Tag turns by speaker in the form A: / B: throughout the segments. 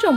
A: 众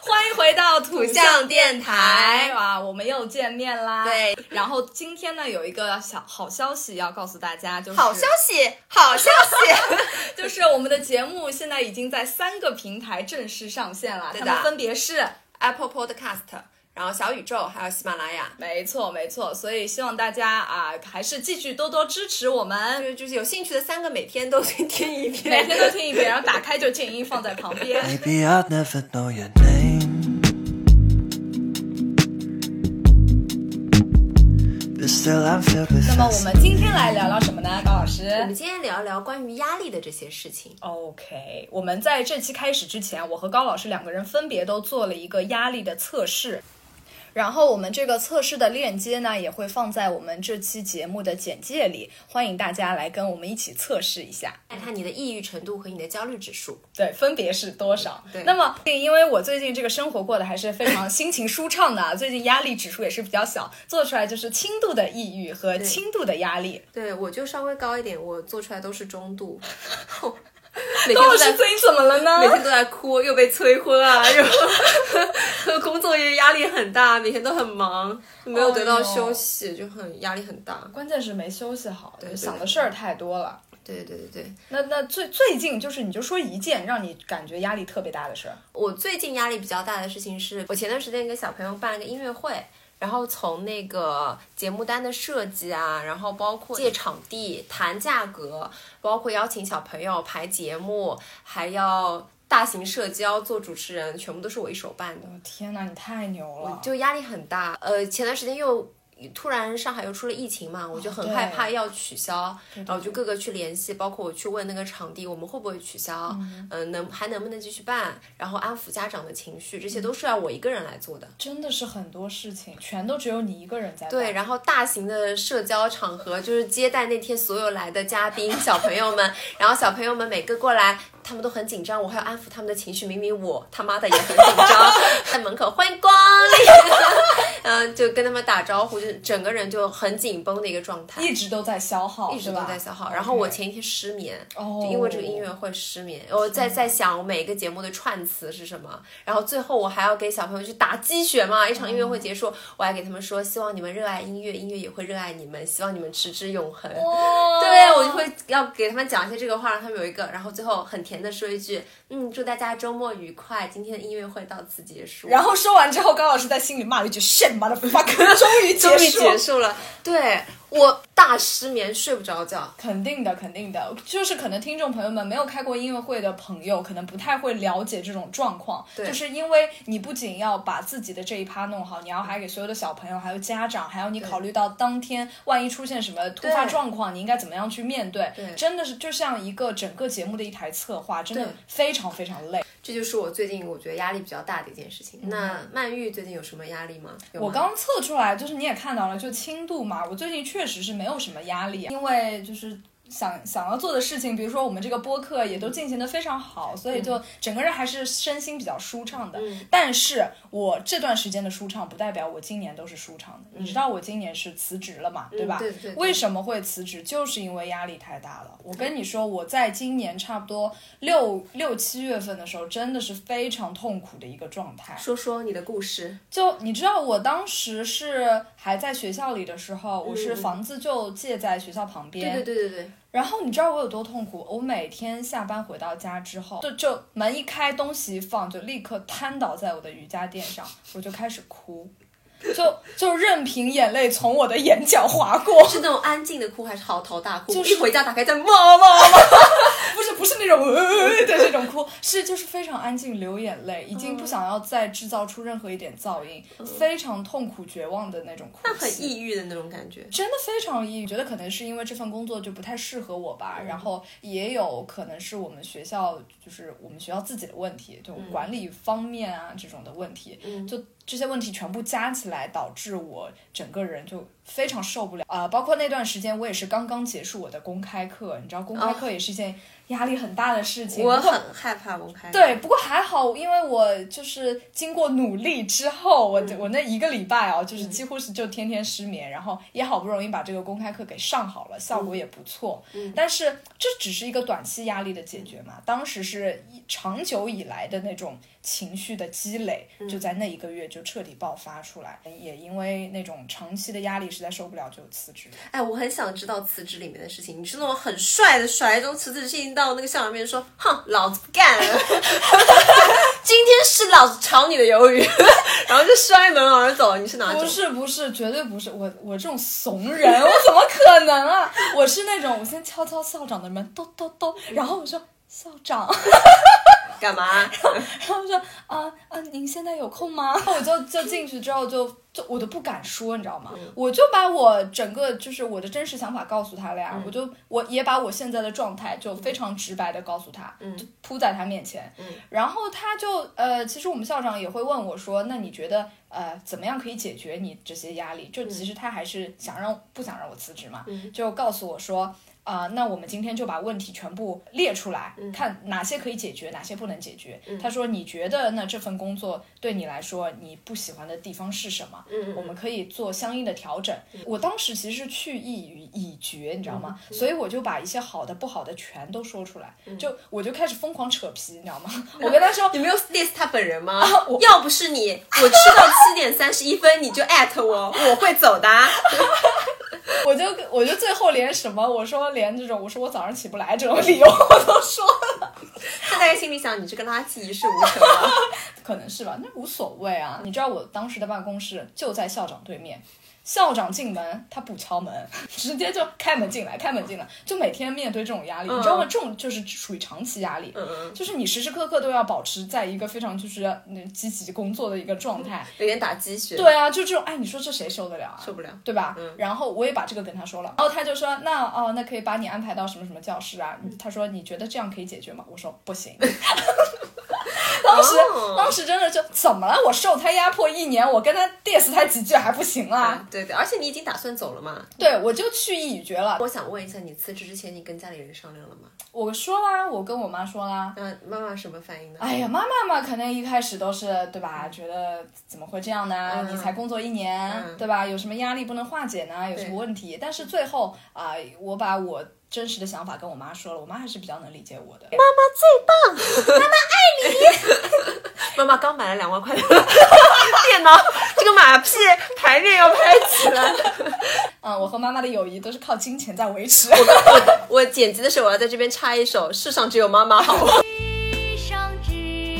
B: 欢迎回到土象电台。
A: 哇，哎我们又见面啦！，
B: 对，
A: 然后今天呢，有一个小好消息要告诉大家，就是
B: 好消息，好消息，
A: 就是我们的节目现在已经在三个平台正式上线了，
B: 对
A: 它
B: 的
A: 们分别是。
B: Apple Podcast，然后小宇宙，还有喜马拉雅。
A: 没错，没错，所以希望大家啊，还是继续多多支持我
B: 就
A: 们，
B: 是就是有兴趣的三个，每天都去听一遍。
A: 每天都听一遍，然后打开就静音放在旁边。
C: Maybe I'd never know your name. But still, I'm filled with
A: 那么我
C: fascination.
A: 们今天来聊聊什么呢，高老师
B: 我们今天聊一聊关于压力的这些事情。
A: ？OK，我们在这期开始之前，我和高老师两个人分别都做了一个压力的测试。然后我们这个测试的链接呢，也会放在我们这期节目的简介里，欢迎大家来跟我们一起测试一下。
B: 看看你的抑郁程度和你的焦虑指数。
A: 对，分别是多少？
B: 对
A: 那么因为我最近这个生活过得还是非常心情舒畅的啊，最近压力指数也是比较小，做出来就是轻度的抑郁和轻度的压力。
B: 对我就稍微高一点，我做出来都是中 度。每
A: 高
B: 天
A: 老
B: 都
A: 师
B: 在
A: 最近怎么了
B: 每
A: 呢？
B: 天都在哭，又被催婚啊，然后 和工作也压力很大，每天都很忙，没有得到休息，就很压力很大。
A: 关键是没休息好，
B: 对对
A: 想的事儿太多了。
B: 对对对对，
A: 那那最最近就是你就说一件让你感觉压力特别大的事儿，
B: 我最近压力比较大的事情是，我前段时间给小朋友办了个音乐会。然后从那个节目单的设计啊，然后包括借场地、谈价格，包括邀请小朋友排节目，还要大型社交、做主持人，全部都是我一手办的。
A: 我天哪，你太牛了！
B: 就压力很大。呃，前段时间又突然上海又出了疫情嘛，我就很
A: 对
B: 害怕要取消，然后就各个去联系，包括我去问那个场地我们会不会取消，嗯、能还能不能继续办，然后安抚家长的情绪，这些都是要我一个人来做的。
A: 真的是很多事情全都只有你一个人在办
B: 对，然后大型的社交场合就是接待那天所有来的嘉宾、小朋友们，然后小朋友们每个过来，他们都很紧张，我还要安抚他们的情绪。明明我他妈的也很紧张， 在门口欢迎光临， 嗯，就跟他们打招呼，就是整个人就很紧绷的一个状态，
A: 一直都在消耗，
B: 一直
A: 是
B: 都
A: 吧
B: 在消耗。然后我
A: OK
B: 前一天失眠。
A: 哦
B: 就，因为这个音乐会失眠，我在在想我每个节目的串词是什么，然后最后我还要给小朋友去打鸡血嘛。一场音乐
A: 哦
B: 会结束，我还给他们说，希望你们热爱音乐，音乐也会热爱你们，希望你们持之永恒。
A: 哇
B: 对，我就会要给他们讲一些这个话，让他们有一个，然后最后很甜的说一句，嗯，祝大家周末愉快，今天的音乐会到此结束。
A: 然后说完之后，高老师在心里骂了一句 “shit motherfucker”，终 于
B: 终于
A: 束。
B: 结束了，对我大失眠，睡不着觉。
A: 肯定的，肯定的，就是可能听众朋友们没有开过音乐会的朋友，可能不太会了解这种状况。
B: 对
A: 就是因为你不仅要把自己的这一趴弄好，你要还给所有的小朋友，还有家长，还有你考虑到当天万一出现什么突发
B: 对
A: 状况，你应该怎么样去面对。
B: 对
A: 真的是就像一个整个节目的一台策划，真的
B: 对
A: 非常非常累。
B: 这就是我最近我觉得压力比较大的一件事情。那曼玉最近有什么压力吗？有吗
A: 我刚测出来，就是你也看到了，就轻度嘛。我最近确实是没有什么压力，因为就是。想想要做的事情，比如说我们这个播客也都进行的非常好，所以
B: 嗯
A: 就整个人还是身心比较舒畅的。但是我这段时间的舒畅，不代表我今年都是舒畅的。你知道我今年是辞职了嘛，对吧？
B: 嗯对对对
A: 为什么会辞职？就是因为压力太大了。我跟你说，我在今年差不多六六七月份的时候，真的是非常痛苦的一个状态。
B: 说说你的故事。
A: 就你知道，我当时是还在学校里的时候，我是房子就借在学校旁边。
B: 嗯对对对对
A: 然后你知道我有多痛苦？我每天下班回到家之后，就就门一开，东西一放，就立刻瘫倒在我的瑜伽垫上，我就开始哭，就就任凭眼泪从我的眼角划过
B: 对，。是那种安静的哭还是嚎啕大哭？
A: 就是
B: 一回家打开在妈妈。
A: 不是不是那种呃的这种哭，是就是非常安静流眼泪，已
B: 嗯
A: 经不想要再制造出任何一点噪音，非常痛苦绝望的那种哭泣。
B: 那很抑郁的那种感觉。
A: 真的非常抑郁，觉得可能是因为这份工作就不太适合我吧，
B: 嗯
A: 然后也有可能是我们学
B: 嗯
A: 校就是我们学校自己的问题，就管理方面啊、这种的问题，就这些问题全部加起来，导致我整个人就非常受不了啊、呃包括那段时间，我也是刚刚结束我的公开课，你知道公开课也是一件压力很大的事情。
B: 哦我
A: 不过
B: 很害怕公开。
A: 对，，不过还好，因为我就是经过努力之后，我我那一个礼拜哦，就是几乎是就天天失眠，然后也好不容易把这个公开课给上好了，效果也不错。但是这只是一个短期压力的解决嘛，当时是一长久以来的那种情绪的积累，就在那一个月就彻底爆发出来，也因为那种长期的压力实在受不了就辞职。
B: 哎，我很想知道辞职里面的事情。你是那种很帅的甩中辞职信到那个校长面前说：“哼，老子不干了，今天是老子炒你的鱿鱼。”然后就摔门而走。你是哪种？
A: 不是不是，绝对不是我我这种怂人，我怎么可能啊？我是那种我先敲敲校长的门，咚咚咚，然后我说校长，
B: 干嘛？
A: 然后我说啊啊，您现在有空吗？ 然后我就就进去之后就就我都不敢说，你知道吗？我就把我整个就是我的真实想法告诉他了呀，我就我也把我现在的状态就非常直白的告诉他，就扑在他面前，然后他就呃，其实我们校长也会问我说，那你觉得呃怎么样可以解决你这些压力？就其实他还是想让不想让我辞职嘛，就告诉我说。啊、那我们今天就把问题全部列出来，看哪些可以解决，哪些不能解决。他说：“你觉得那这份工作对你来说，你不喜欢的地方是什么？我们可以做相应的调整。我当时其实是去意于已决，你知道吗？所以我就把一些好的、不好的全都说出来，就我就开始疯狂扯皮，你知道吗？我跟他说，
B: 你没有 diss 他本人吗？
A: 啊
B: 要不是你，我吃到七点三十一分，你就艾特我，我会走的啊。
A: 我就我就最后连什么，我说连这种，我说我早上起不来这种理由我都说了，
B: 他大概心里想，你这个垃圾一事无成啊了。
A: 可能是吧，那无所谓啊。你知道我当时的办公室就在校长对面。校长进门，他不敲门， 直接就开门进来，开门进来，就每天面对这种压力，你知道吗？这种就是属于长期压力，就是你时时刻刻都要保持在一个非常就是嗯积极工作的一个状态，
B: 有点打鸡血。，
A: 对啊，就这种，哎，你说这谁受得了啊？
B: 受不了嗯
A: 对吧？然后我也把这个跟他说了，然后他就说，那哦，那可以把你安排到什么什么教室啊？
B: 嗯
A: 他说你觉得这样可以解决吗？我说不 行。当时、
B: 哦
A: 当时真的就怎么了？我受他压迫一年，我跟他 diss 他几句还不行啊？
B: 对对，而且你已经打算走了嘛？
A: 对，我就去意已决了。
B: 我想问一下，你辞职之前，你跟家里人商量了吗？
A: 我说啦，我跟我妈说啦。
B: 那妈妈什么反应呢？
A: 哎呀，妈妈嘛，肯定一开始都是对吧？觉得怎么会这样呢？
B: 嗯
A: 你才工作一年，
B: 嗯
A: 对吧？有什么压力不能化解呢？有什么问题？但是最后啊、我把我真实的想法跟我妈说了，我妈还是比较能理解我的。
B: 嗯妈妈刚买了两万块的 电脑，这个马屁排列要拍起来。
A: 嗯，我和妈妈的友谊都是靠金钱在维持。
B: 我剪辑的时候，我要在这边插一首《世上只有妈妈好》。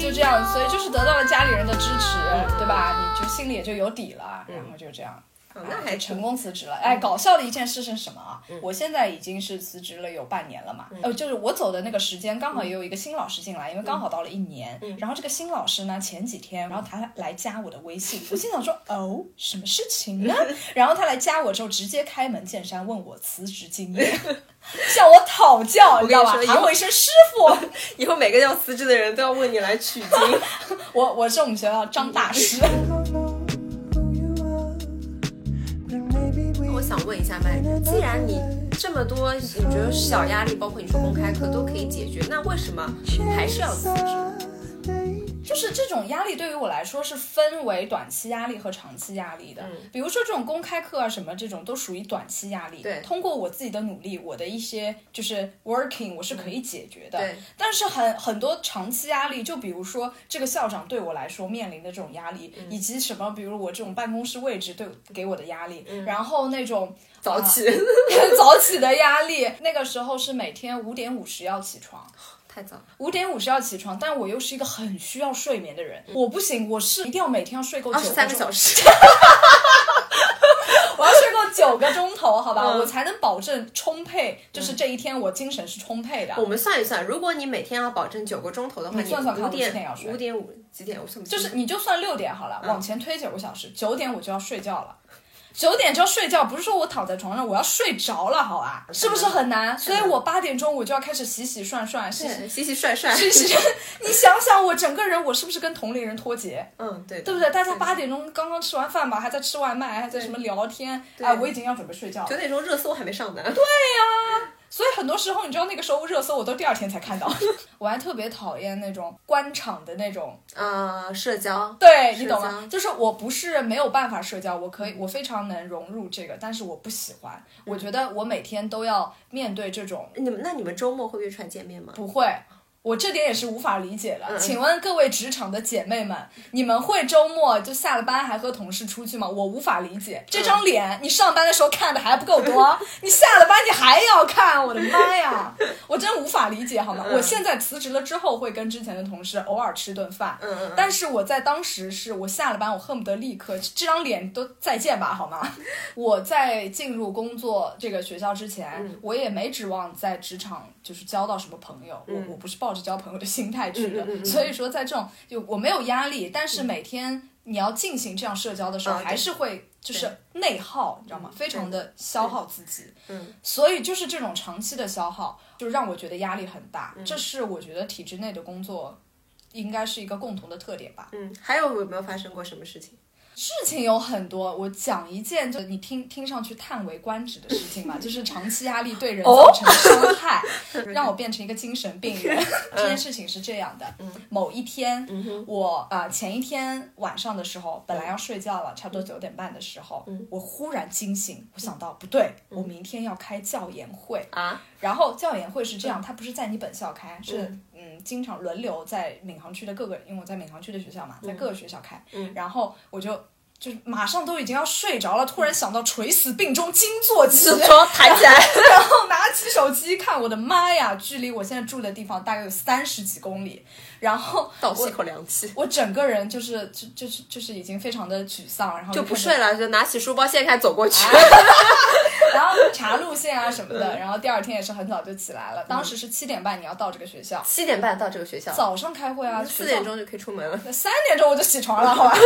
A: 就这样，所以就是得到了家里人的支持，
B: 嗯
A: 对吧？你就心里也就有底了，然后就这样。啊
B: 哦嗯那还
A: 就
B: 嗯
A: 成功辞职了。哎，搞笑的一件事是什么啊？我现在已经是辞职了有半年了嘛。
B: 嗯
A: 呃，就是我走的那个时间刚好也有一个新老师进来，因为刚
B: 嗯
A: 好到了一年。然后这个新老师呢，前几天，然后他来加我的微 信，我心想说，哦，什么事情呢？然后他来加我之后，直接开门见山问我辞职经验， 向我讨教，你知道吧
B: 我跟你？说
A: 喊我一声师傅。
B: 以后每个要辞职的人都要问你来取经。
A: 我我是我们学校的张大师。
C: I don't know who you are, but maybe we
B: 我想问一下麦，既然你这么多，你觉得小压力，包括你说公开课都可以解决，那为什么还是要辞职？
A: 就是这种压力对于我来说是分为短期压力和长期压力的。
B: 嗯
A: 比如说这种公开课啊什么这种都属于短期压力。
B: 对
A: 通过我自己的努力，我的一些就是 working 我是可以解决的。
B: 嗯对
A: 但是很很多长期压力，就比如说这个校长对我来说面临的这种压力，
B: 嗯
A: 以及什么比如我这种办公室位置对我给我的压力，然后那种
B: 嗯早 起、
A: 早起的压力，那个时候是每天五点五十要起床。
B: 太早了，
A: 五点五十要起床，但我又是一个很需要睡眠的人，我不行，我是一定要每天要睡够
B: 嗯二
A: 九
B: 十三个
A: 钟
B: 小时。
A: 我要睡够九个钟头， 好吧，
B: 嗯
A: 我才能保证充沛，就是这一天我精神是充沛的。
B: 我们算一算，如果你每天要保证九个钟头的话，
A: 你算算看
B: 五
A: 我几点
B: 点
A: 要睡
B: 五点五几点？我算不嗯
A: 就是你就算六点好了，往前推九个小时，九点我就要睡觉了。九点就要睡觉，不是说我躺在床上我要睡着了，好啊，
B: 嗯
A: 是不是很难？所以我八点钟我就要开始洗洗涮涮，洗洗
B: 对， 洗洗涮涮，
A: 洗洗。你想想，我整个人我是不是跟同龄人脱节？
B: 嗯，对的，
A: 对不对？大家八点钟刚刚吃完饭吧，还在吃外卖，还在什么聊天，哎，我已经要准备睡觉了
B: 九。点钟热搜还没上呢。
A: 所以很多时候，你知道那个时候热搜我都第二天才看到。 我还特别讨厌那种官场的那种，
B: 呃，社交，
A: 对你
B: 社
A: 懂
B: 交
A: 吗？就是我不是没有办法社交，我可以，我非常能融入这个，但是我不喜欢。我觉得我每天都要面对这种，
B: 你们那你们周末会约出来见面吗？嗯
A: 不会。我这点也是无法理解的，请问各位职场的姐妹们，你们会周末就下了班还和同事出去吗？我无法理
B: 嗯
A: 解这张脸，你上班的时候看的还不够 多，你下了班你还要看，我的妈呀，我真无法理解好吗？
B: 嗯
A: 我现在辞职了之后会跟之前的同事偶尔吃顿饭，
B: 嗯嗯嗯
A: 但是我在当时是我下了班，我恨不得立刻这张脸都再见吧，好吗？我在进入工作这个学校之前，
B: 嗯
A: 我也没指望在职场就是交到什么朋友，我我不是抱着交朋友的心态去的，
B: 嗯嗯嗯嗯嗯
A: 所以说在这种就我没有压力，但是每天你要进行这样社交的时候，
B: 啊对
A: 还是会就是内耗，你知道吗？非常的消耗自己。
B: 嗯，
A: 所以就是这种长期的消耗，就让我觉得压力很大。
B: 嗯
A: 这是我觉得体制内的工作应该是一个共同的特点吧。
B: 嗯，还有有没有发生过什么事情？
A: 事情有很多，我讲一件就你听听上去叹为观止的事情吧，就是长期压力对人造成的伤害，让我变成一个精神病人。 这件事情是这样的，某一天，我啊、呃前一天晚上的时候，本来要睡觉了，差不多九点半的时候，我忽然惊醒，我想到不对，我明天要开教研会
B: 啊，
A: 然后教研会是这
B: 嗯
A: 样，它不是在你本校开，是嗯，经常轮流在闵行区的各个，因为我在闵行区的学校嘛，
B: 嗯
A: 在各个学校开。然后我就就是马上都已经要睡着了，突然想到垂死病中惊坐 起，
B: 装弹起来，
A: 然后拿起手机一看，我的妈呀，距离我现在住的地方大概有三十几公里，然后
B: 倒吸
A: 我
B: 口凉气，
A: 我整个人就是就就是就是已经非常的沮丧，然后
B: 就
A: 开
B: 不
A: 始
B: 睡了，就拿起书包现在开始走过去。
A: 然后查路线啊什么
B: 嗯
A: 的，然后第二天也是很早就起来了，当时是七点半你要到这个学校。
B: 七点半到这个学校，
A: 早上开会啊，
B: 嗯四
A: 学校
B: 点钟就可以出门了。
A: 三点钟我就起床了， 好吧。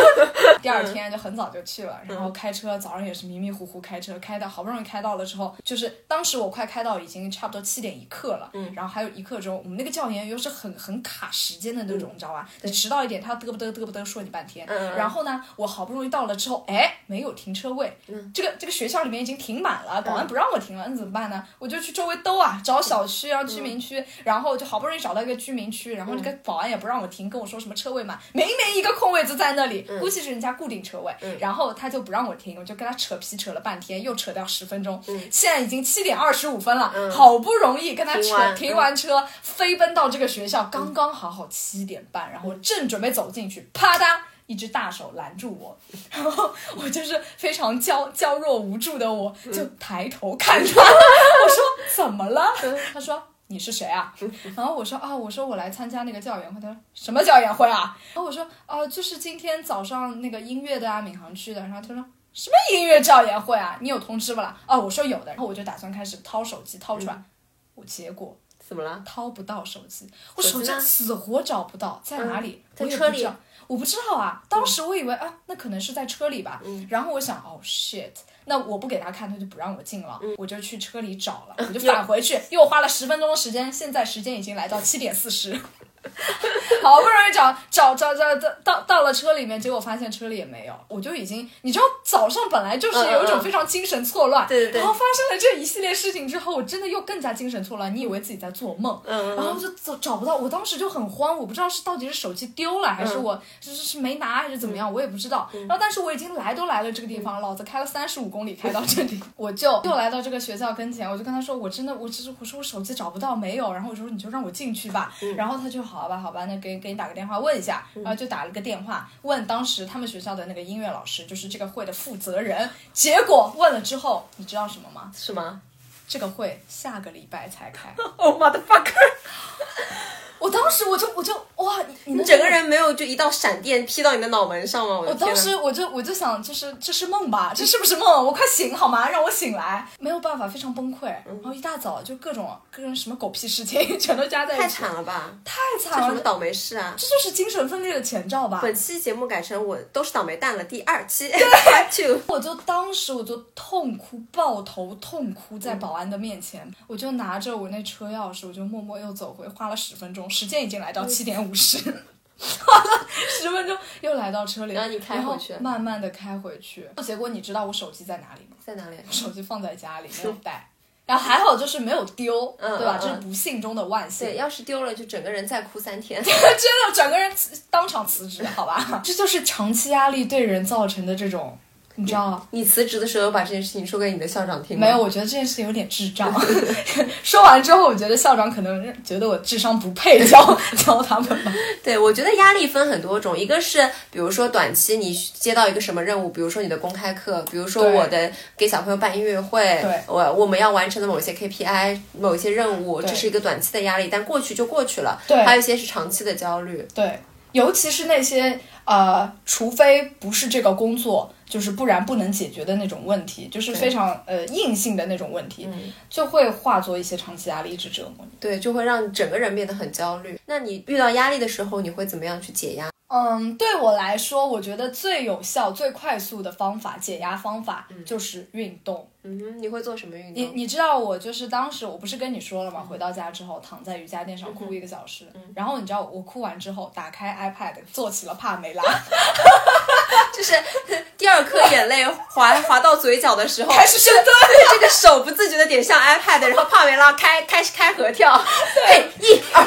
A: 第二天就很早就去了，
B: 嗯
A: 然后开车，早上也是迷迷糊糊开车，开到好不容易开到了之后，就是当时我快开到已经差不多七点一刻了，嗯，然后还有一刻钟，我们那个教研又是很很卡时间的那
B: 嗯
A: 种，你知道吧？你迟到一点，他嘚不嘚嘚不嘚说你半天，
B: 嗯嗯
A: 然后呢，我好不容易到了之后，哎，没有停车位，这个这个学校里面已经停满了，保安不让我停了，那怎么办呢？我就去周围兜啊，找小区啊、居民区，然后就好不容易找到一个居民区，然后这个保安也不让我停，跟我说什么车位满，明明一个空位就在那里，估计是人家固定车位，然后他就不让我停，我就跟他扯皮扯了半天，又扯掉十分钟，现在已经七点二十五分了，好不容易跟他
B: 停
A: 扯
B: 完
A: 停完车，飞奔到这个学校，刚刚好好七点半，然后我正准备走进去，啪嗒。一只大手拦住我， 然后我就是非常娇娇弱无助的我，就抬头看他， 我说怎么了？他说你是谁啊？然后我说啊，我说我来参加那个教研会。他说什么教研会啊？然后我说哦、就是今天早上那个音乐的啊，闵行区的。然后他说。什么音乐教研会啊？你有通知不啦？哦，我说有的，然后我就打算开始掏手机掏出来，我结果
B: 怎么了？
A: 掏不到手机，我
B: 手
A: 手
B: 机
A: 机
B: 呢嗯
A: 死活找不到，在哪里？
B: 在
A: 我也
B: 车
A: 不
B: 里
A: 知道，我不知道啊。当时我以为、啊，那可能是在车里吧。
B: 嗯
A: 然后我想，哦 shit，那我不给他看，他就不让我进了，
B: 嗯
A: 我就去车里找 了，我就返回去，又花了十分钟的时间。现在时间已经来到七点四十。 好不容易找找找找到到到了车里面，结果发现车里也没有，我就已经你知道早上本来就是
B: 嗯嗯
A: 有一
B: 嗯
A: 种非常精神错乱，
B: 对对对
A: 然后发生了这一系列事情之后，我真的又更加精神错乱，你以为自己在做梦，
B: 嗯
A: 然后就找找不到，我当时就很慌，我不知道是到底是手机丢了，还是
B: 嗯
A: 我是是是没拿，还是怎么样，我也不知道。然后但是我已经来都来了这个地方，老子开了三十五公里开到这 里，我就又来到这个学校跟前，我就跟他说，我真的我只是我说我手机找不到没有，然后我说你就让我进去吧，
B: 嗯
A: 然后他就好吧好吧，那给给你打个电话问一下，然后就打了个电话问当时他们学校的那个音乐老师，就是这个会的负责人，结果问了之后，你知道什么吗？
B: 是 吗
A: 这个会下个 礼拜才开。
B: ？Oh motherfucker！
A: 我当时我就我就哇，你你能
B: 整个个人没有就一道闪电劈到你的脑门上吗？我
A: 我
B: 的天
A: 当
B: 呐！
A: 时我就我就想，这是这是梦吧？这是不是梦？我快醒好吗？让我醒来！没有办法，非常崩溃。
B: 嗯
A: 然后一大早就各种各种什么狗屁事情 全都加在
B: 太
A: 一起，
B: 惨了吧！
A: 太
B: 这什
A: 惨
B: 么
A: 了。
B: 倒霉事 啊！
A: 这就是精神分裂的前兆吧？
B: 本期节目改成我都是倒霉蛋了第二 期 part two。
A: 我就当时我就痛哭抱头痛哭在保安的面前，
B: 嗯
A: 我就拿着我那车钥匙，我就默默又走回，花了十分钟，时间已经来到七点五十，花 了十分钟又来到车里，
B: 然后你开回去
A: 然后慢慢的开回去。结果你知道我手机在哪里 吗？
B: 在哪里？啊
A: 手机放在家里没有带，然后还好就是没有丢，
B: 嗯
A: 对吧？
B: 嗯
A: 这是
B: 嗯
A: 不幸中的万幸
B: 对，。要是丢了，就整个人再哭三天。
A: 真的，整个人辞当场辞职，好吧？ 这就是长期压力对人造成的这种，你知道。
B: 你辞职的时候有把这件事情说给你的校长听吗？
A: 没有，，我觉得这件事有点智障。 说完之后，我觉得校长可能觉得我智商不配教教他们吧。
B: 对，我觉得压力分很多种，一个是比如说短期你接到一个什么任务，比如说你的公开课，比如说
A: 对
B: 我的给小朋友办音乐会，
A: 对
B: 我我们要完成的某些 KPI、某些任务，
A: 对
B: 这是一个短期的压力，但过去就过去了。
A: 对
B: 还有一些是长期的焦虑。
A: 对，尤其是那些呃，除非不是这个工作，就是不然不能解决的那种问题，就是非常呃硬性的那种问题，就会化作一些长期压力一直折磨你。
B: 对，就会让整个人变得很焦虑。那你遇到压力的时候，你会怎么样去解压？
A: 嗯，对我来说，我觉得最有效、最快速的方法解压方法就是运动。
B: 嗯哼，你会做什么运
A: 你
B: 动？
A: 你知道我就是当时我不是跟你说了吗？回到家之后躺在瑜伽垫上哭一个小时，然后你知道我哭完之后打开 iPad 做起了帕梅拉，
B: 就是 第二颗眼泪滑滑到嘴角的时候，
A: 开始深蹲，
B: 对这个手不自觉的点向 iPad，然后帕梅拉开开始开合跳，对，一二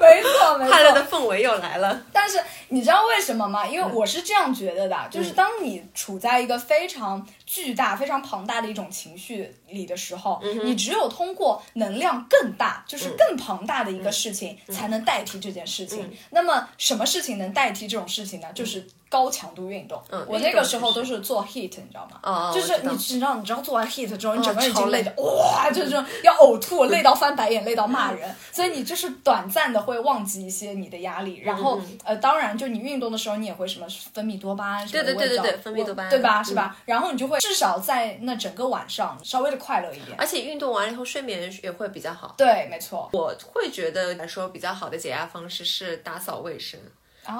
A: 没错 没
B: 快乐
A: 错。
B: 的氛围又来了。
A: 但是你知道为什么吗？因
B: 嗯
A: 为我是这样觉得的，就是当你处在一个非常巨大、非常庞大的一种情绪里的时候，
B: 嗯
A: 你只有通过能量更大，就是更庞大的一个事
B: 嗯
A: 情，才能代替这件事情。那么什么事情能代替这种事情呢？就是高强度运动。
B: 嗯
A: 我
B: 运
A: 那
B: 动
A: 个时
B: 确
A: 候
B: 实
A: 都是做 heat，你知道吗？
B: 哦哦
A: 就
B: 我
A: 是
B: 知道
A: 你知道，你知道做完 heat 之后，你整个人已
B: 超
A: 经
B: 嗯累
A: 累的哇，就是要呕吐，累到翻白眼，累到骂
B: 嗯
A: 人。所以你就是短暂的会忘记一些你的压力，然
B: 嗯
A: 后呃，当然就你运动的时候，你也会什么分泌多巴胺什么的
B: 对对
A: 味
B: 对
A: 道
B: 对对分泌多巴胺
A: 对吧？
B: 嗯
A: 是吧？然后你就会至少在那整个晚上稍微的快乐一点。
B: 而且运动完了以后，睡眠也会比较好。
A: 对，没错，
B: 我会觉得来说比较好的解压方式是打扫卫生，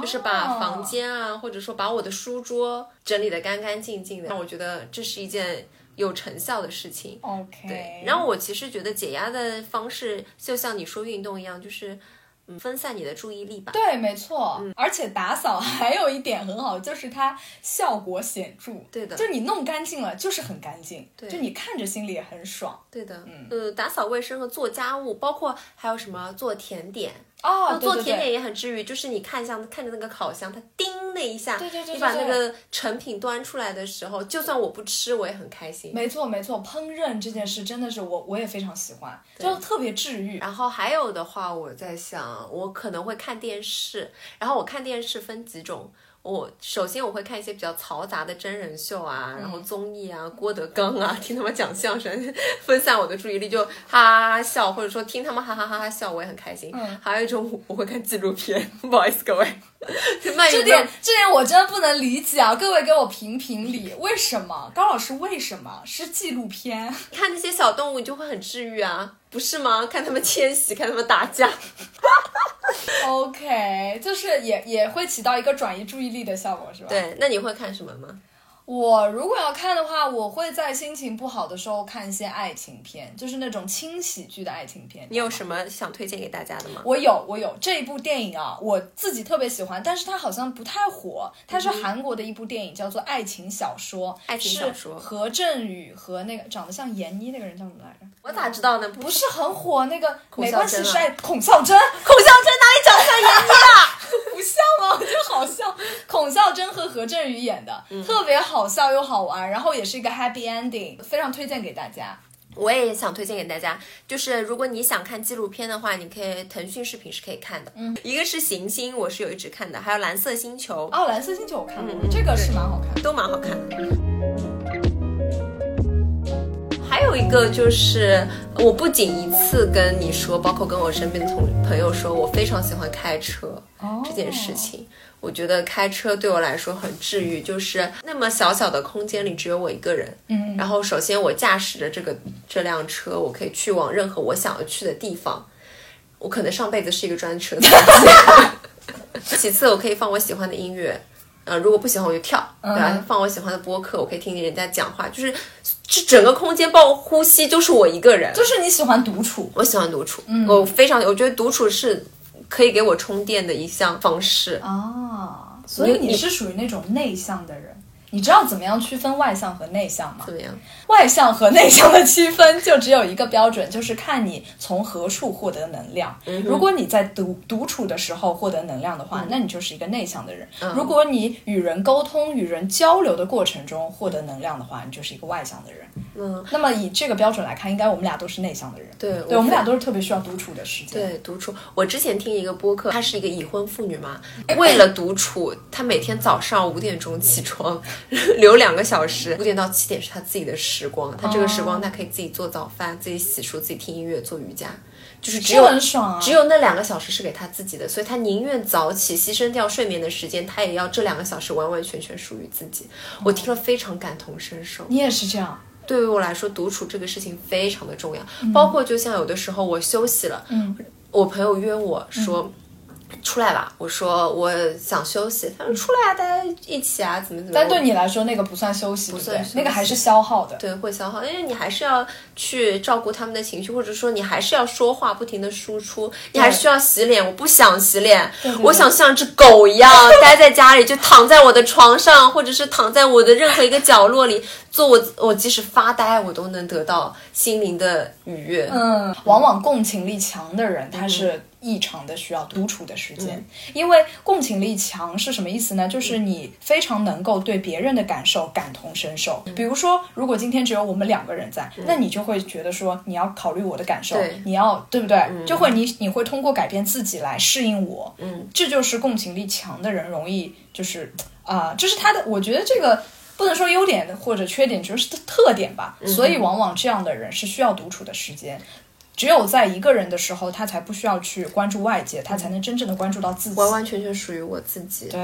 B: 就是把
A: 啊
B: 房间啊，或者说把我的书桌整理的干干净净的，让我觉得这是一件有成效的事情。
A: OK，
B: 对，然后我其实觉得解压的方式就像你说运动一样，就是嗯分散你的注意力吧。
A: 对，没错，
B: 嗯
A: 而且打扫还有一点很好，就是它效果显著。
B: 对的
A: 就你弄干净了，就是很干净，
B: 对
A: 就你看着心里也很爽。
B: 对的，嗯、打扫卫生和做家务，包括还有什么做甜点。
A: 哦，
B: 那做甜
A: 对对
B: 点也很治愈，就是你看向看着那个烤箱，它叮那一下，
A: 对对对对
B: 你把
A: 对
B: 那个成品端出来的时候，就算我不吃，我也很开心
A: 对。没错没错，烹饪这件事真的是我我也非常喜欢，就特别治愈。
B: 然后还有的话，我在想，我可能会看电视，然后我看电视分几种。我首先我会看一些比较嘈杂的真人秀啊，然后综艺啊，郭德纲啊，听他们讲相声，分散我的注意力，就哈哈哈笑，或者说听他们哈哈哈哈笑，我也很开心。
A: 嗯
B: 还有一种我我会看纪录片，不好意思各位， 慢
A: 这
B: 运
A: 点
B: 动
A: 这点我真的不能理解啊！各位给我评评理，为什么高老师为什么是纪录片？
B: 看那些小动物，你就会很治愈啊，不是吗？看它们迁徙，看它们打架，
A: OK，就是也也会起到一个转移注意力的效果，是吧？。
B: 对，那你会看什么吗？
A: 我如果要看的话，我会在心情不好的时候看一些爱情片，就是那种轻喜剧的爱情片。
B: 你有什么想推荐给大家的吗？
A: 我有，我有这一部电影啊，我自己特别喜欢，但是它好像不太火。它是韩国的一部电影，叫做《爱情小说》，
B: 嗯爱情小
A: 是
B: 说
A: 何振宇和那个长得像闫妮那个人叫什么来着？
B: 我咋知道呢？不
A: 不是很火，那个
B: 孔
A: 没
B: 孝
A: 关系
B: 真啊
A: 是爱孔孝 真，
B: 孔孝真哪里长得像闫妮 啦？
A: 啊不像吗？我觉得好像孔孝真和何振宇演的，
B: 嗯
A: 特别好笑又好玩，然后也是一个 happy ending，非常推荐给大家。
B: 我也想推荐给大家，就是如果你想看纪录片的话，你可以腾讯视频是可以看的。嗯，一个是《行星》，我是有一直看的，还有《蓝色星球》，
A: 哦，蓝色星球我看
B: 嗯
A: 过，这个是蛮好看的。
B: 都蛮好看的。还有有一个就是，我不仅一次跟你说，包括跟我身边的同朋友说，我非常喜欢开车这件事情。我觉得开车对我来说很治愈，就是那么小小的空间里只有我一个人。
A: 嗯，
B: 然后首先我驾驶着这个这辆车，我可以去往任何我想要去的地方。我可能上辈子是一个专车司机。 其次，我可以放我喜欢的音乐，呃，如果不喜欢我就跳，对吧？
A: 嗯
B: 放我喜欢的播客，我可以听听人家讲话，就是这整个空间包括呼吸就是我一个人。
A: 就是你喜欢独处，
B: 我喜欢独处，
A: 嗯
B: 我非常，我觉得独处是可以给我充电的一项方式。
A: 啊，所以
B: 你
A: 你是属于那种内向的人，你知道怎么样区分外向和内向吗
B: 怎？么样？
A: 外向和内向的区分就只有一个标准，就是看你从何处获得能量。如果你在独独处的时候获得能量的话，那你就是一个内向的人；如果你与人沟通、与人交流的过程中获得能量的话，你就是一个外向的人。
B: 嗯，
A: 那么以这个标准来看，应该我们俩都是内向的人。
B: 对
A: 对，
B: 我
A: 我们俩
B: 非
A: 都是特别需要独处的时间。
B: 对，独处。我之前听一个播客，她是一个已婚妇女嘛， 为了独处，她每天早上五点钟起床， 留两个小时，五点到七点是她自己的时光。她这
A: 哦
B: 个时光，她可以自己做早饭，自己洗漱，自己听音乐，做瑜伽，就是只
A: 这
B: 有
A: 很爽啊！
B: 只有那两个小时是给她自己的，所以她宁愿早起，牺牲掉睡眠的时间，她也要这两个小时完完全全属于自己。我听了非常感同身受。
A: 你也是这样，
B: 对于我来说，独处这个事情非常的重要。包括就像有的时候我休息了，
A: 嗯
B: 我朋友约我说。出来吧，我说我想休息。他说出来啊，大家一起啊，怎么怎么样？
A: 但对你来说那个不算休息，不
B: 算休息
A: 那个还是消耗的。
B: 对会消耗，因为你还是要去照顾他们的情绪，或者说你还是要说话，不停的输出，你还是需要洗脸。我不想洗脸，
A: 对
B: 我想像只 狗一样待在家里，就躺在我的床上，或者是躺在我的任何一个角落里，做我我即使发呆，我都能得到心灵的愉悦。
A: 嗯，往往共情力强的人，他是异常的需要独处的时
B: 嗯
A: 间，因为共情力强是什么意思呢？就是你非常能够对别人的感受感同身受。
B: 嗯
A: 比如说，如果今天只有我们两个人在，那你就会觉得说你要考虑我的感受
B: 对，
A: 你要对不对？就会你你会通过改变自己来适应我。嗯，这就是共情力强的人容易就是啊、这是他的，我觉得这个不能说优点或者缺点，就是特点吧。所以往往这样的人是需要独处的时间，只有在一个人的时候，他才不需要去关注外界，他才能真正的关注到自己。
B: 完完全全属于我自己。
A: 对，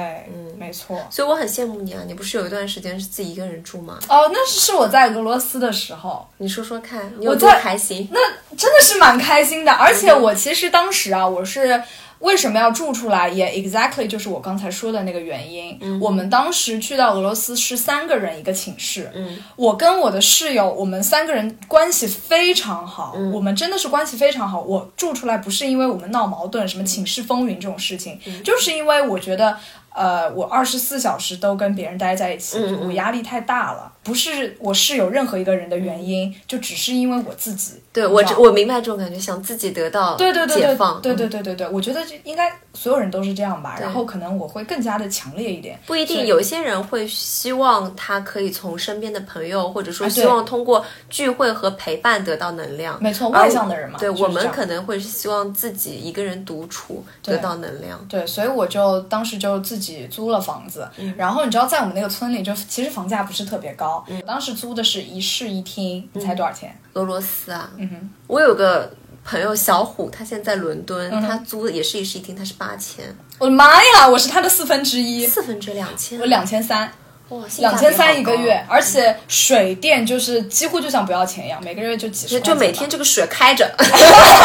A: 没错。
B: 所以我很羡慕你啊！你不是有一段时间是自己一个人住吗？
A: 哦，那是我在俄罗斯的时候，
B: 你说说看，你有
A: 我
B: 多
A: 在嗯
B: 开心？
A: 那真的是蛮开心的。而
B: 嗯
A: 且我其实当时啊，我是为什么要住出来，也 exactly 就是我刚才说的那个原因。
B: 嗯
A: 我们当时去到俄罗斯是三个人一个寝室，
B: 嗯
A: 我跟我的室友，我们三个人关系非常好，
B: 嗯
A: 我们真的是关系非常好。我住出来不是因为我们闹矛盾，什么寝室风云这种事情，
B: 嗯
A: 就是因为我觉得。呃，我二十四小时都跟别人待在一
B: 嗯
A: 起，我压力太大了，不是我室友任何一个人的原因，就只是因为我自己。
B: 嗯对
A: 你
B: 我
A: 知
B: 这
A: 道
B: 我明白这种感觉，想自己得到
A: 对对对
B: 解
A: 对
B: 放，
A: 对
B: 嗯
A: 对对对对，我觉得这应该所有人都是这样吧。然后可能我会更加的强烈一点。
B: 不一定，
A: 对
B: 有一些人会希望他可以从身边的朋友，或者说
A: 啊对
B: 希望通过聚会和陪伴得到能量。
A: 没错，
B: 而
A: 外向的人嘛，
B: 对
A: 就是
B: 啊我
A: 这
B: 们
A: 样
B: 可能会是希望自己一个人独处得到能量。
A: 对，所以我就当时就自己租了房子，
B: 嗯
A: 然后你知道，在我们那个村里就，其实房价不是特别高。
B: 嗯
A: 我当时租的是一室一厅，你猜多少钱？
B: 俄罗斯啊，
A: 嗯哼，
B: 我有个朋友小虎，他现在在伦敦，
A: 嗯哼
B: 他租的也是一室一厅，他是八千，
A: 我的妈呀，我是他的四分之一，
B: 四分之两千，
A: 我两千三，
B: 哇，性价
A: 两
B: 比
A: 千三
B: 好
A: 一个
B: 高啊嗯
A: 月，，而且水电就是几乎就像不要钱一样，每个月就几十块
B: 就
A: 钱吧
B: 每天这个水开着。
A: 哦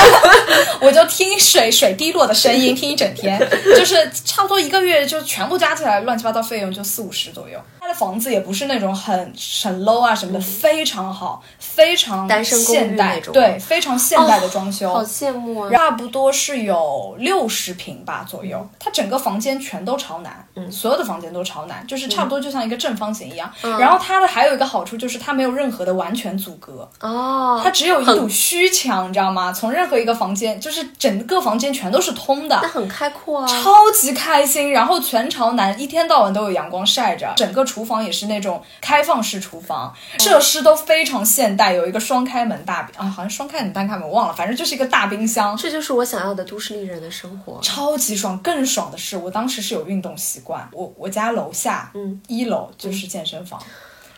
A: 我就听水水滴落的声音，听一整 天，就是差不多一个月就全部加起来乱七八糟费用就四五十左右。他的房子也不是那种很很 low 啊什么的，非常好，非常
B: 单身公寓
A: 现代
B: 那，种
A: 对，非常现代的装修，
B: 好羡慕啊！
A: 差不多是有六十平吧左
B: 嗯
A: 右，它整个房间全都朝南，所有的房间都朝南，就是差不多就像一个正方形一样。
B: 嗯
A: 然后它的还有一个好处就是它没有任何的完全阻隔，
B: 哦，
A: 它只有一堵虚墙，你知道吗？从任何一个房间，就是整个房间全都是通的
B: 那。很开阔啊，
A: 超级开心，然后全朝南，一天到晚都有阳光晒着，整个厨房也是那种开放式厨房，
B: 嗯
A: 设施都非常现代，有一个双开门大冰啊，好像双开门单开门忘了，反正就是一个大冰箱，
B: 这就是我想要的都市丽人的生活。
A: 超级爽。更爽的是，我当时是有运动习惯，我我家楼下，嗯，一楼就是健身房。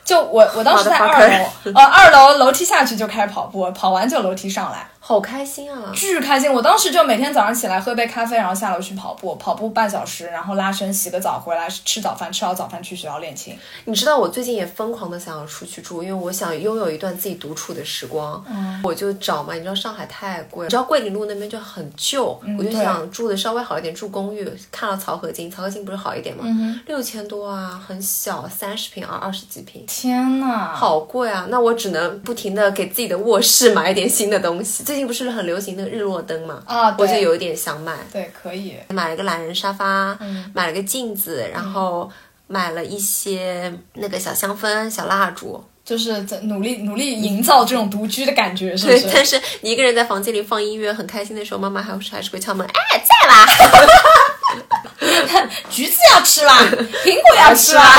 A: 就我我当时在
B: Motherfucker
A: 二楼，呃，二楼楼梯下去就开始跑步，跑完就楼梯上来，
B: 好开心啊！
A: 巨开心。我当时就每天早上起来喝杯咖啡，然后下楼去跑步，跑步半小时，然后拉伸，洗个澡，回来吃早饭，吃好早饭去学校练琴。
B: 你知道我最近也疯狂的想要出去住，因为我想拥有一段自己独处的时光。嗯，我就找嘛，你知道上海太贵，你知道桂林路那边就很旧，我就
A: 嗯对
B: 想住的稍微好一点，住公寓。看了曹和金，曹和金不是好一点吗？
A: 嗯
B: 六千多啊，很小，三十平啊，二十几平。
A: 天呐，
B: 好贵啊！那我只能不停的给自己的卧室买一点新的东西。最近不是很流行那个日落灯嘛？
A: 啊
B: 我
A: 对
B: 就有一点想买，
A: 对，可以，
B: 买了个懒人沙发，买了个镜子，然后买了一些那个小香氛、小蜡烛。
A: 就是在努力努力营造这种独居的感觉，是不
B: 对，但
A: 是？
B: 是你一个人在房间里放音乐，很开心的时候，妈妈还是还是会敲门，哎，在啦，
A: 橘子要吃 啦，苹果要吃啦。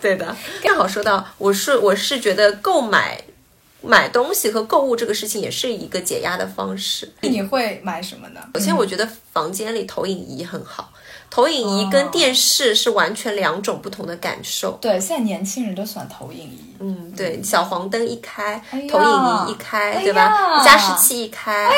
B: 对的，刚好说到，我是我是觉得购买买东西和购物这个事情也是一个解压的方式。
A: 你会买什么呢？
B: 首先，我觉得房间里投影仪很好，投影仪跟电视是完全两种不同的感受。
A: 对，现在年轻人都喜欢投影仪。
B: 嗯，对，小黄灯一开，
A: 哎呀
B: 投影仪一开，
A: 哎呀
B: 对吧？加湿器一开，哎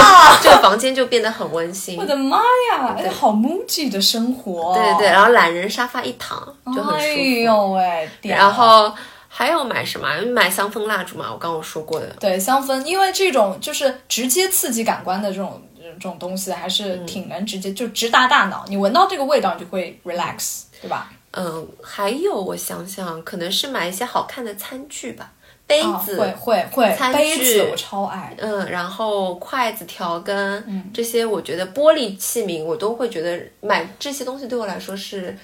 B: 呀， 这个房间就变得很温馨
A: 我。的妈呀，哎，好 MUJI 的生活。哦
B: 对对对，，然后懒人沙发一躺就很舒
A: 哎
B: 服。
A: 呦喂，点啊
B: 然
A: 了
B: 后还有买什么啊？买香氛蜡烛嘛，我刚刚有说过的。
A: 对香氛，因为这种就是直接刺激感官的这种呃这种东西，还是
B: 嗯
A: 挺能直接、就直达大脑。你闻到这个味道，你就会 relax，对吧？
B: 嗯，还有我想想，可能是买一些好看的餐具吧，杯
A: 啊
B: 子、
A: 会会会，
B: 餐
A: 杯
B: 具
A: 子我超爱。
B: 嗯，然后筷子、调羹，
A: 嗯
B: 这些我觉得玻璃器皿，我都会觉得买这些东西对我来说是，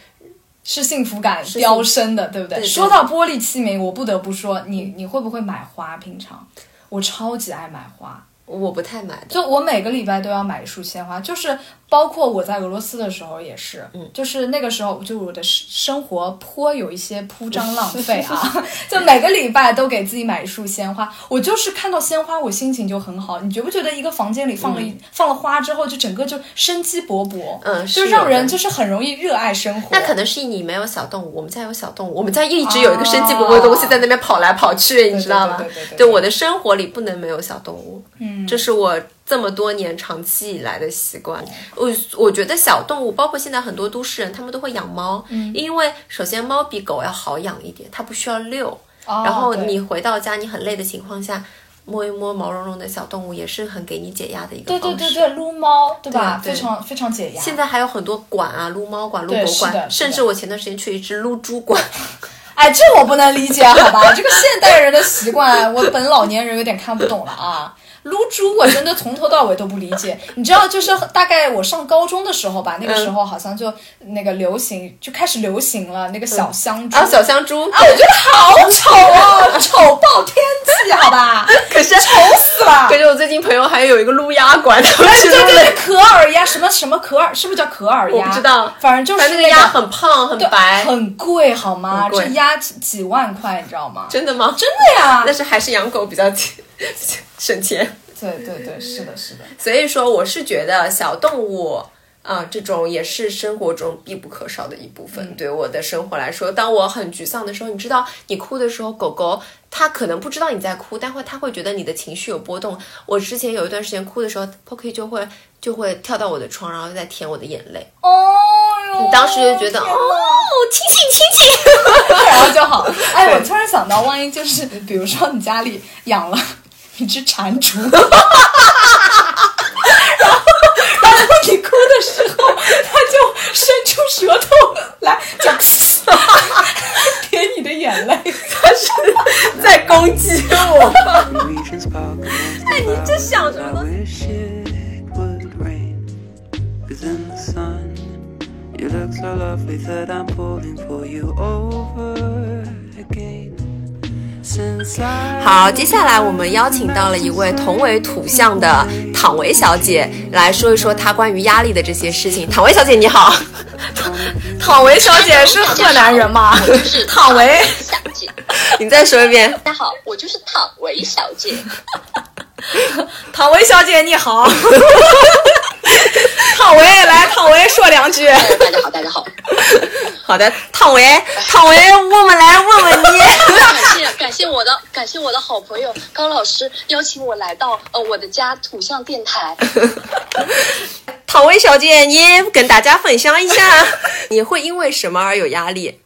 A: 是幸福感
B: 幸福
A: 飙升的，对不对？
B: 对对
A: 说到玻璃器皿，我不得不说，你你会不会买花？平常我超级爱买花，
B: 我不太买的。
A: 就我每个礼拜都要买一束鲜花，就是包括我在俄罗斯的时候也是，
B: 嗯
A: 就是那个时候就我的生生活颇有一些铺张 浪费啊，就每个礼拜都给自己买一束鲜花。我就是看到鲜花，我心情就很好。你觉不觉得一个房间里放了一、放了花之后，就整个就生机勃勃，
B: 嗯
A: 就
B: 是
A: 让
B: 有的
A: 人就是很容易热爱生活。
B: 那可能是你没有小动物，我们家有小动物，我们家一直有一个生机勃勃的东西在那边跑来跑去，你知道吗
A: 哦对对对对对？对
B: 对，我的生活里不能没有小动物，嗯，这是我这么多年长期以来的习惯。我我觉得小动物，包括现在很多都市人，他们都会养猫，
A: 嗯
B: 因为首先猫比狗要好养一点，它不需要遛，
A: 哦
B: 然后
A: 对
B: 你回到家，你很累的情况下，摸一摸毛茸茸的小动物，也是很给你解压的一个
A: 对
B: 方
A: 对
B: 式。
A: 对对，撸猫对吧？
B: 对对
A: 非常非常解压。
B: 现在还有很多馆啊，撸猫馆、撸
A: 对
B: 狗
A: 是的
B: 馆，
A: 是
B: 甚
A: 的
B: 至我前段时间去一只撸猪 馆。
A: 哎，这我不能理解，好吧？这个现代人的习惯，我本老年人有点看不懂了啊。撸猪，我真的从头到尾都不理解。你知道，就是大概我上高中的时候吧，那个时
B: 嗯
A: 候好像就那个流行，就开始流行了那个小香猪。
B: 然嗯后小香啊猪，
A: 啊，我觉得好丑哦，丑爆天际，好吧？
B: 可是
A: 丑死了
B: 可！是我最近朋友还有一个撸鸭馆，他们去
A: 对
B: 撸
A: 对
B: 了，
A: 对，可尔鸭，什么什么可尔，是不是叫可尔
B: 我
A: 鸭？
B: 不知道，
A: 反正就是
B: 反正那
A: 个
B: 个鸭很胖很
A: 对
B: 白，
A: 很贵好吗？
B: 很贵
A: 这鸭几几万块，你知道吗？
B: 真的吗？
A: 真的呀
B: 但！是还是养狗比较 省钱，
A: 对对对，是的，是的。
B: 所以说我是觉得小动物啊、这种也是生活中必不可少的一部分。对我的生活来说，当我很沮丧的时候，你知道，你哭的时候，狗狗它可能不知道你在哭，但会它会觉得你的情绪有波动。我之前有一段时间哭的时候，Pocky 就会就会跳到我的床，然后在舔我的眼泪。
A: 哦哟，
B: 你当时就觉
A: 天
B: 得
A: 哪
B: 哦，亲亲亲亲，
A: 然后就好。 哎，我突然想到，万一就是比如说你家里养了一只蟾蜍， 然后然后你哭的时候，它就伸出舌头来， 就舔你的眼 泪。
B: 它是在攻击我。
C: Norwegian sparkle.
B: 哎
C: I
B: 这想什么呢？
C: wish it would rain. Cause in the sun, you look so lovely that I'm pulling for you over again. Since I.
B: 好，接下来我们邀请到了一位同为土象的躺维小姐来说一说她关于压力的这些事情。躺维小姐你 好，躺躺维小姐是河南人吗？
D: 我就是
B: 躺维，
D: 小姐。
B: 你再说一遍，
D: 大家好，我就是躺维小姐。
A: 躺维小姐你 好，躺维来，躺维说两句。
D: 哎大家好，大家好。
B: 好的，汤唯，汤唯，我们来问问你。
D: 感谢感谢我的感谢我的好朋友高老师邀请我来到呃我的家土象电台。
B: 唐薇小姐，你跟大家分享一下， 你会因为什么而有压力？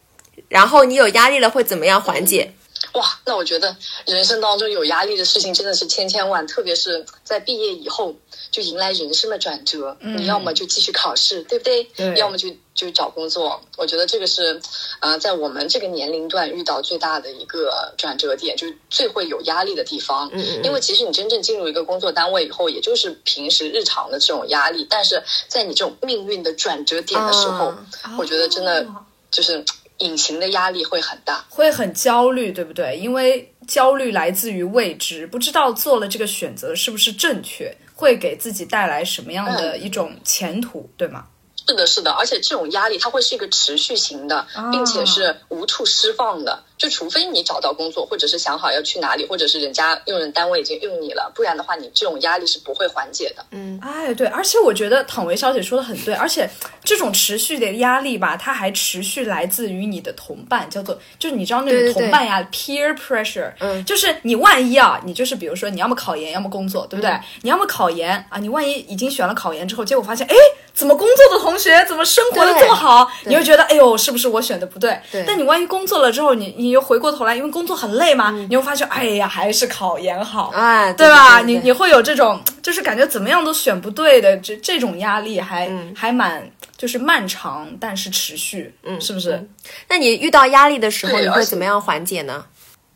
B: 然后你有压力了会怎么样缓解？
D: 哇，那我觉得人生当中有压力的事情真的是千千万，特别是在毕业以后就迎来人生的转折。
A: 嗯
D: 你要么就继续考试，对不对？
B: 对
D: 要么就就找工作。我觉得这个是，呃，在我们这个年龄段遇到最大的一个转折点，就是最会有压力的地方。
B: 嗯嗯嗯
D: 因为其实你真正进入一个工作单位以后，也就是平时日常的这种压力，但是在你这种命运的转折点的时候，
B: 啊
D: 我觉得真的
A: 哦
D: 就是隐形的压力会很大。
A: 会很焦虑，对不对？因为焦虑来自于未知，不知道做了这个选择是不是正确，会给自己带来什么样的一种前途，对吗？
D: 是的，是的，而且这种压力它会是一个持续型的
A: 啊，
D: 并且是无处释放的。就除非你找到工作，或者是想好要去哪里，或者是人家用人单位已经用你了，不然的话，你这种压力是不会缓解的。
B: 嗯
A: 哎，对，而且我觉得躺维小姐说的很对，而且这种持续的压力吧，它还持续来自于你的同伴，叫做就是你知道那
B: 对对
A: 种
B: 对
A: 同伴呀 p e e r pressure，
B: 嗯
A: 就是你万一啊，你就是比如说你要么考研，要么工作，对不对？
B: 嗯
A: 你要么考研啊，你万一已经选了考研之后，结果发现哎，诶怎么工作的同学怎么生活的
B: 对
A: 这么好，
B: 对
A: 你会觉得哎呦，是不是我选的不对？
B: 对
A: 但你万一工作了之后，你你又回过头来，因为工作很累嘛，
B: 嗯
A: 你会发现哎呀，还是考研好。
B: 哎，
A: 对吧？你你
B: 你
A: 会有这种，就是感觉怎么样都选不对的，这这种压力还、还蛮就是漫长，但是持续，嗯是不是？
B: 那你遇到压力的时候，
D: 对
B: 你
D: 而
B: 会
D: 且
B: 怎么样缓解呢？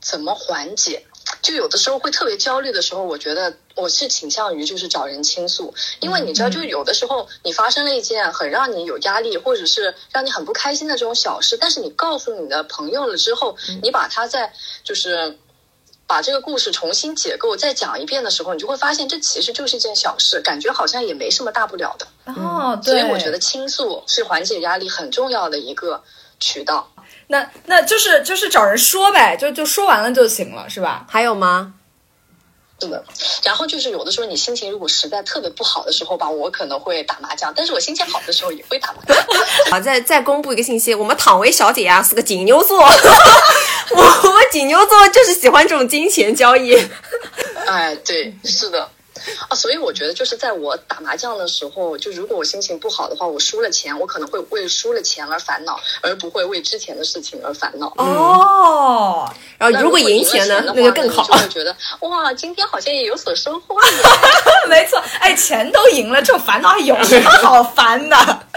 D: 怎么缓解？就有的时候会特别焦虑的时候，我觉得我是倾向于就是找人倾诉，因为你知道，就有的时候你发生了一件很让你有压力，或者是让你很不开心的这种小事，但是你告诉你的朋友了之后，你把它在就是把这个故事重新解构再讲一遍的时候，你就会发现这其实就是一件小事，感觉好像也没什么大不了的。
A: 哦，
D: 所
A: 对，
D: 以我觉得倾诉是缓解压力很重要的一个渠道。
A: 那那就是就是找人说呗，就就说完了就行了，是吧？
B: 还有吗？
D: 是的，嗯然后就是有的时候你心情如果实在特别不好的时候吧，我可能会打麻将，但是我心情好的时候也会打麻 将。
B: 好，啊再再公布一个信息，我们唐薇小姐呀、是个金牛座，我们金牛座就是喜欢这种金钱交易。
D: 哎，对，是的。啊，所以我觉得就是在我打麻将的时候，就如果我心情不好的话，我输了钱，我可能会为输了钱而烦恼，而不会为之前的事情而烦恼。
A: 哦，
B: 然后
D: 那
B: 如
D: 如
B: 果赢钱
D: 钱
B: 呢，
D: 的话
B: 那就更好
D: 你。就会觉得哇，今天好像也有所收获啊呢。
A: 没错，哎，钱都赢了，这种烦恼还有什么好烦的？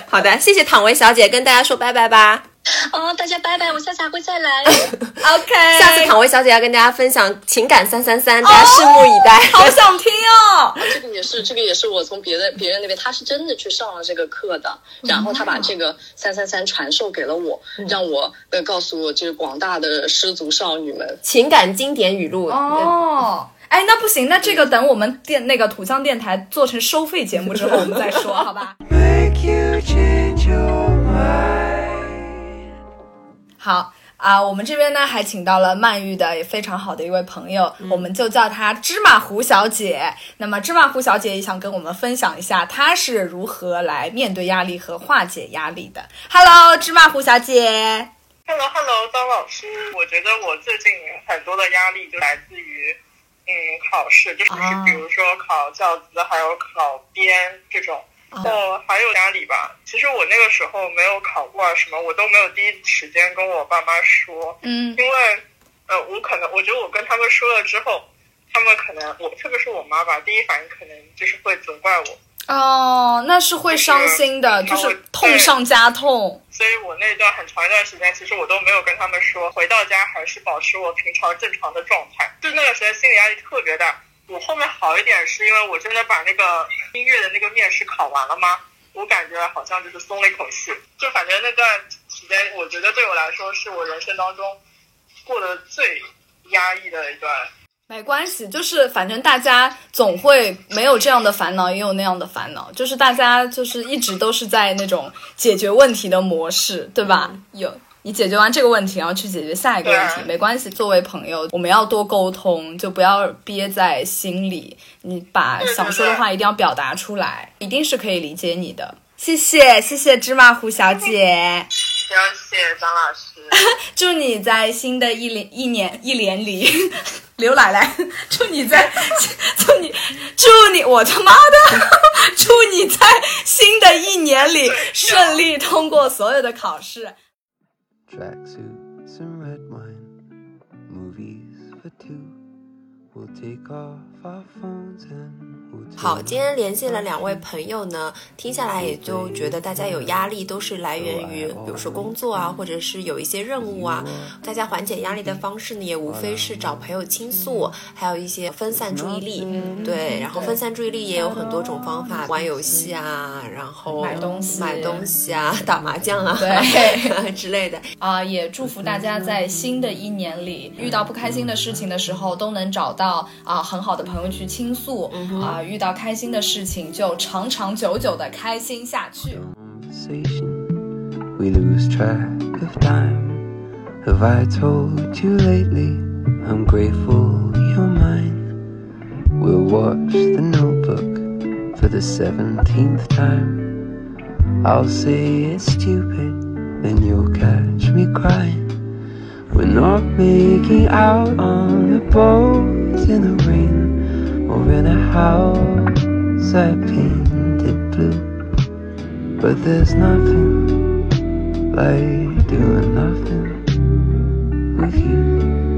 B: 好的，谢谢唐薇小姐，跟大家说拜拜吧。
D: 啊，大家拜拜，我下次还会再来。
A: OK，
B: 下次唐薇小姐要跟大家分享情感三三三，大家拭目以待。
A: 好想听哦。
D: 这个也是，这个也是我从别的别人那边，他是真的去上了这个课的，然后他把这个三三三传授给了我，让我呃告诉我就是广大的失足少女们，
B: 情感经典语录，
A: 哦，哎，那不行，那这个等我们电那个土象电台做成收费节目之后，我们再说，好吧？
C: Make you change your mind.
A: 好啊、我们这边呢还请到了曼玉的也非常好的一位朋友，我们就叫她芝麻糊小姐。那么芝麻糊小姐也想跟我们分享一下她是如何来面对压力和化解压力的。Hello，芝麻糊小姐。
E: Hello Hello，张老师，我觉得我最近很多的压力就来自于，嗯，考试，就是
A: 啊
E: 比如说考教资，还有考编这种。
A: 啊
E: 呃，还有压力吧。其实我那个时候没有考过啊什么，我都没有第一时间跟我爸妈说，
A: 嗯
E: 因为，呃，我可能我觉得我跟他们说了之后，他们可能我特别是我妈吧，第一反应可能就是会责怪我，
A: 哦，那是会伤心的，就
E: 就是
A: 是痛上加痛。
E: 所以我那段很长一段时间，其实我都没有跟他们说，回到家还是保持我平常正常的状态。就那段时间心理压力特别大。我后面好一点是因为我真的把那个音乐的那个面试考完了吗？我感觉好像就是松了一口气。就反正那段时间，我觉得对我来说是我人生当中过得最压抑的一段
A: 没关系，就是反正大家总会没有这样的烦恼，也有那样的烦恼，就是大家就是一直都是在那种解决问题的模式，对吧？有你解决完这个问题，然后去解决下一个问题
E: 对，
A: 没关系。作为朋友，我们要多沟通，就不要憋在心里，你把想说的话一定要表达出来，一定是可以理解你的。谢谢，谢谢芝麻糊小姐。
E: 非常谢谢张老师。
A: 祝你在新的一年一年一年里， 刘奶奶，祝你在， 祝你，祝你，我他妈的， 祝你在新的一年里顺利通过所有的考试。
C: Tracksuits and red wine, movies for two. We'll take off our phones and we'll
B: 好，
C: turn
B: 今天联系了两位朋友呢，听下来也就觉得大家有压力都是来源于，比如说工作啊，或者是有一些任务啊。大家缓解压
A: 嗯
B: 力的方式呢，也无非是找朋友倾诉，还有一些分散注意力。
A: 嗯
B: 对，然后分散注意力也有很多种方法，玩游戏啊，然后
A: 买东西
B: 买东西啊， 打麻将啊，
A: 对
B: 之类的。
A: 啊、也祝福大家在新的一年里遇到不开心的事情的时候，都能找到啊、很好的朋友去倾诉，啊、遇到开心的事情就长长久久的开心下去。
C: conversation. We lose track of time. Have I told you lately? I'm grateful you're mine. We'll watch the notebook for the 17th time. I'll say it's stupid, then you'll catch me crying. We're not making out on a boat in the rain or in a house I painted blue. But there's nothing like doing nothing with you.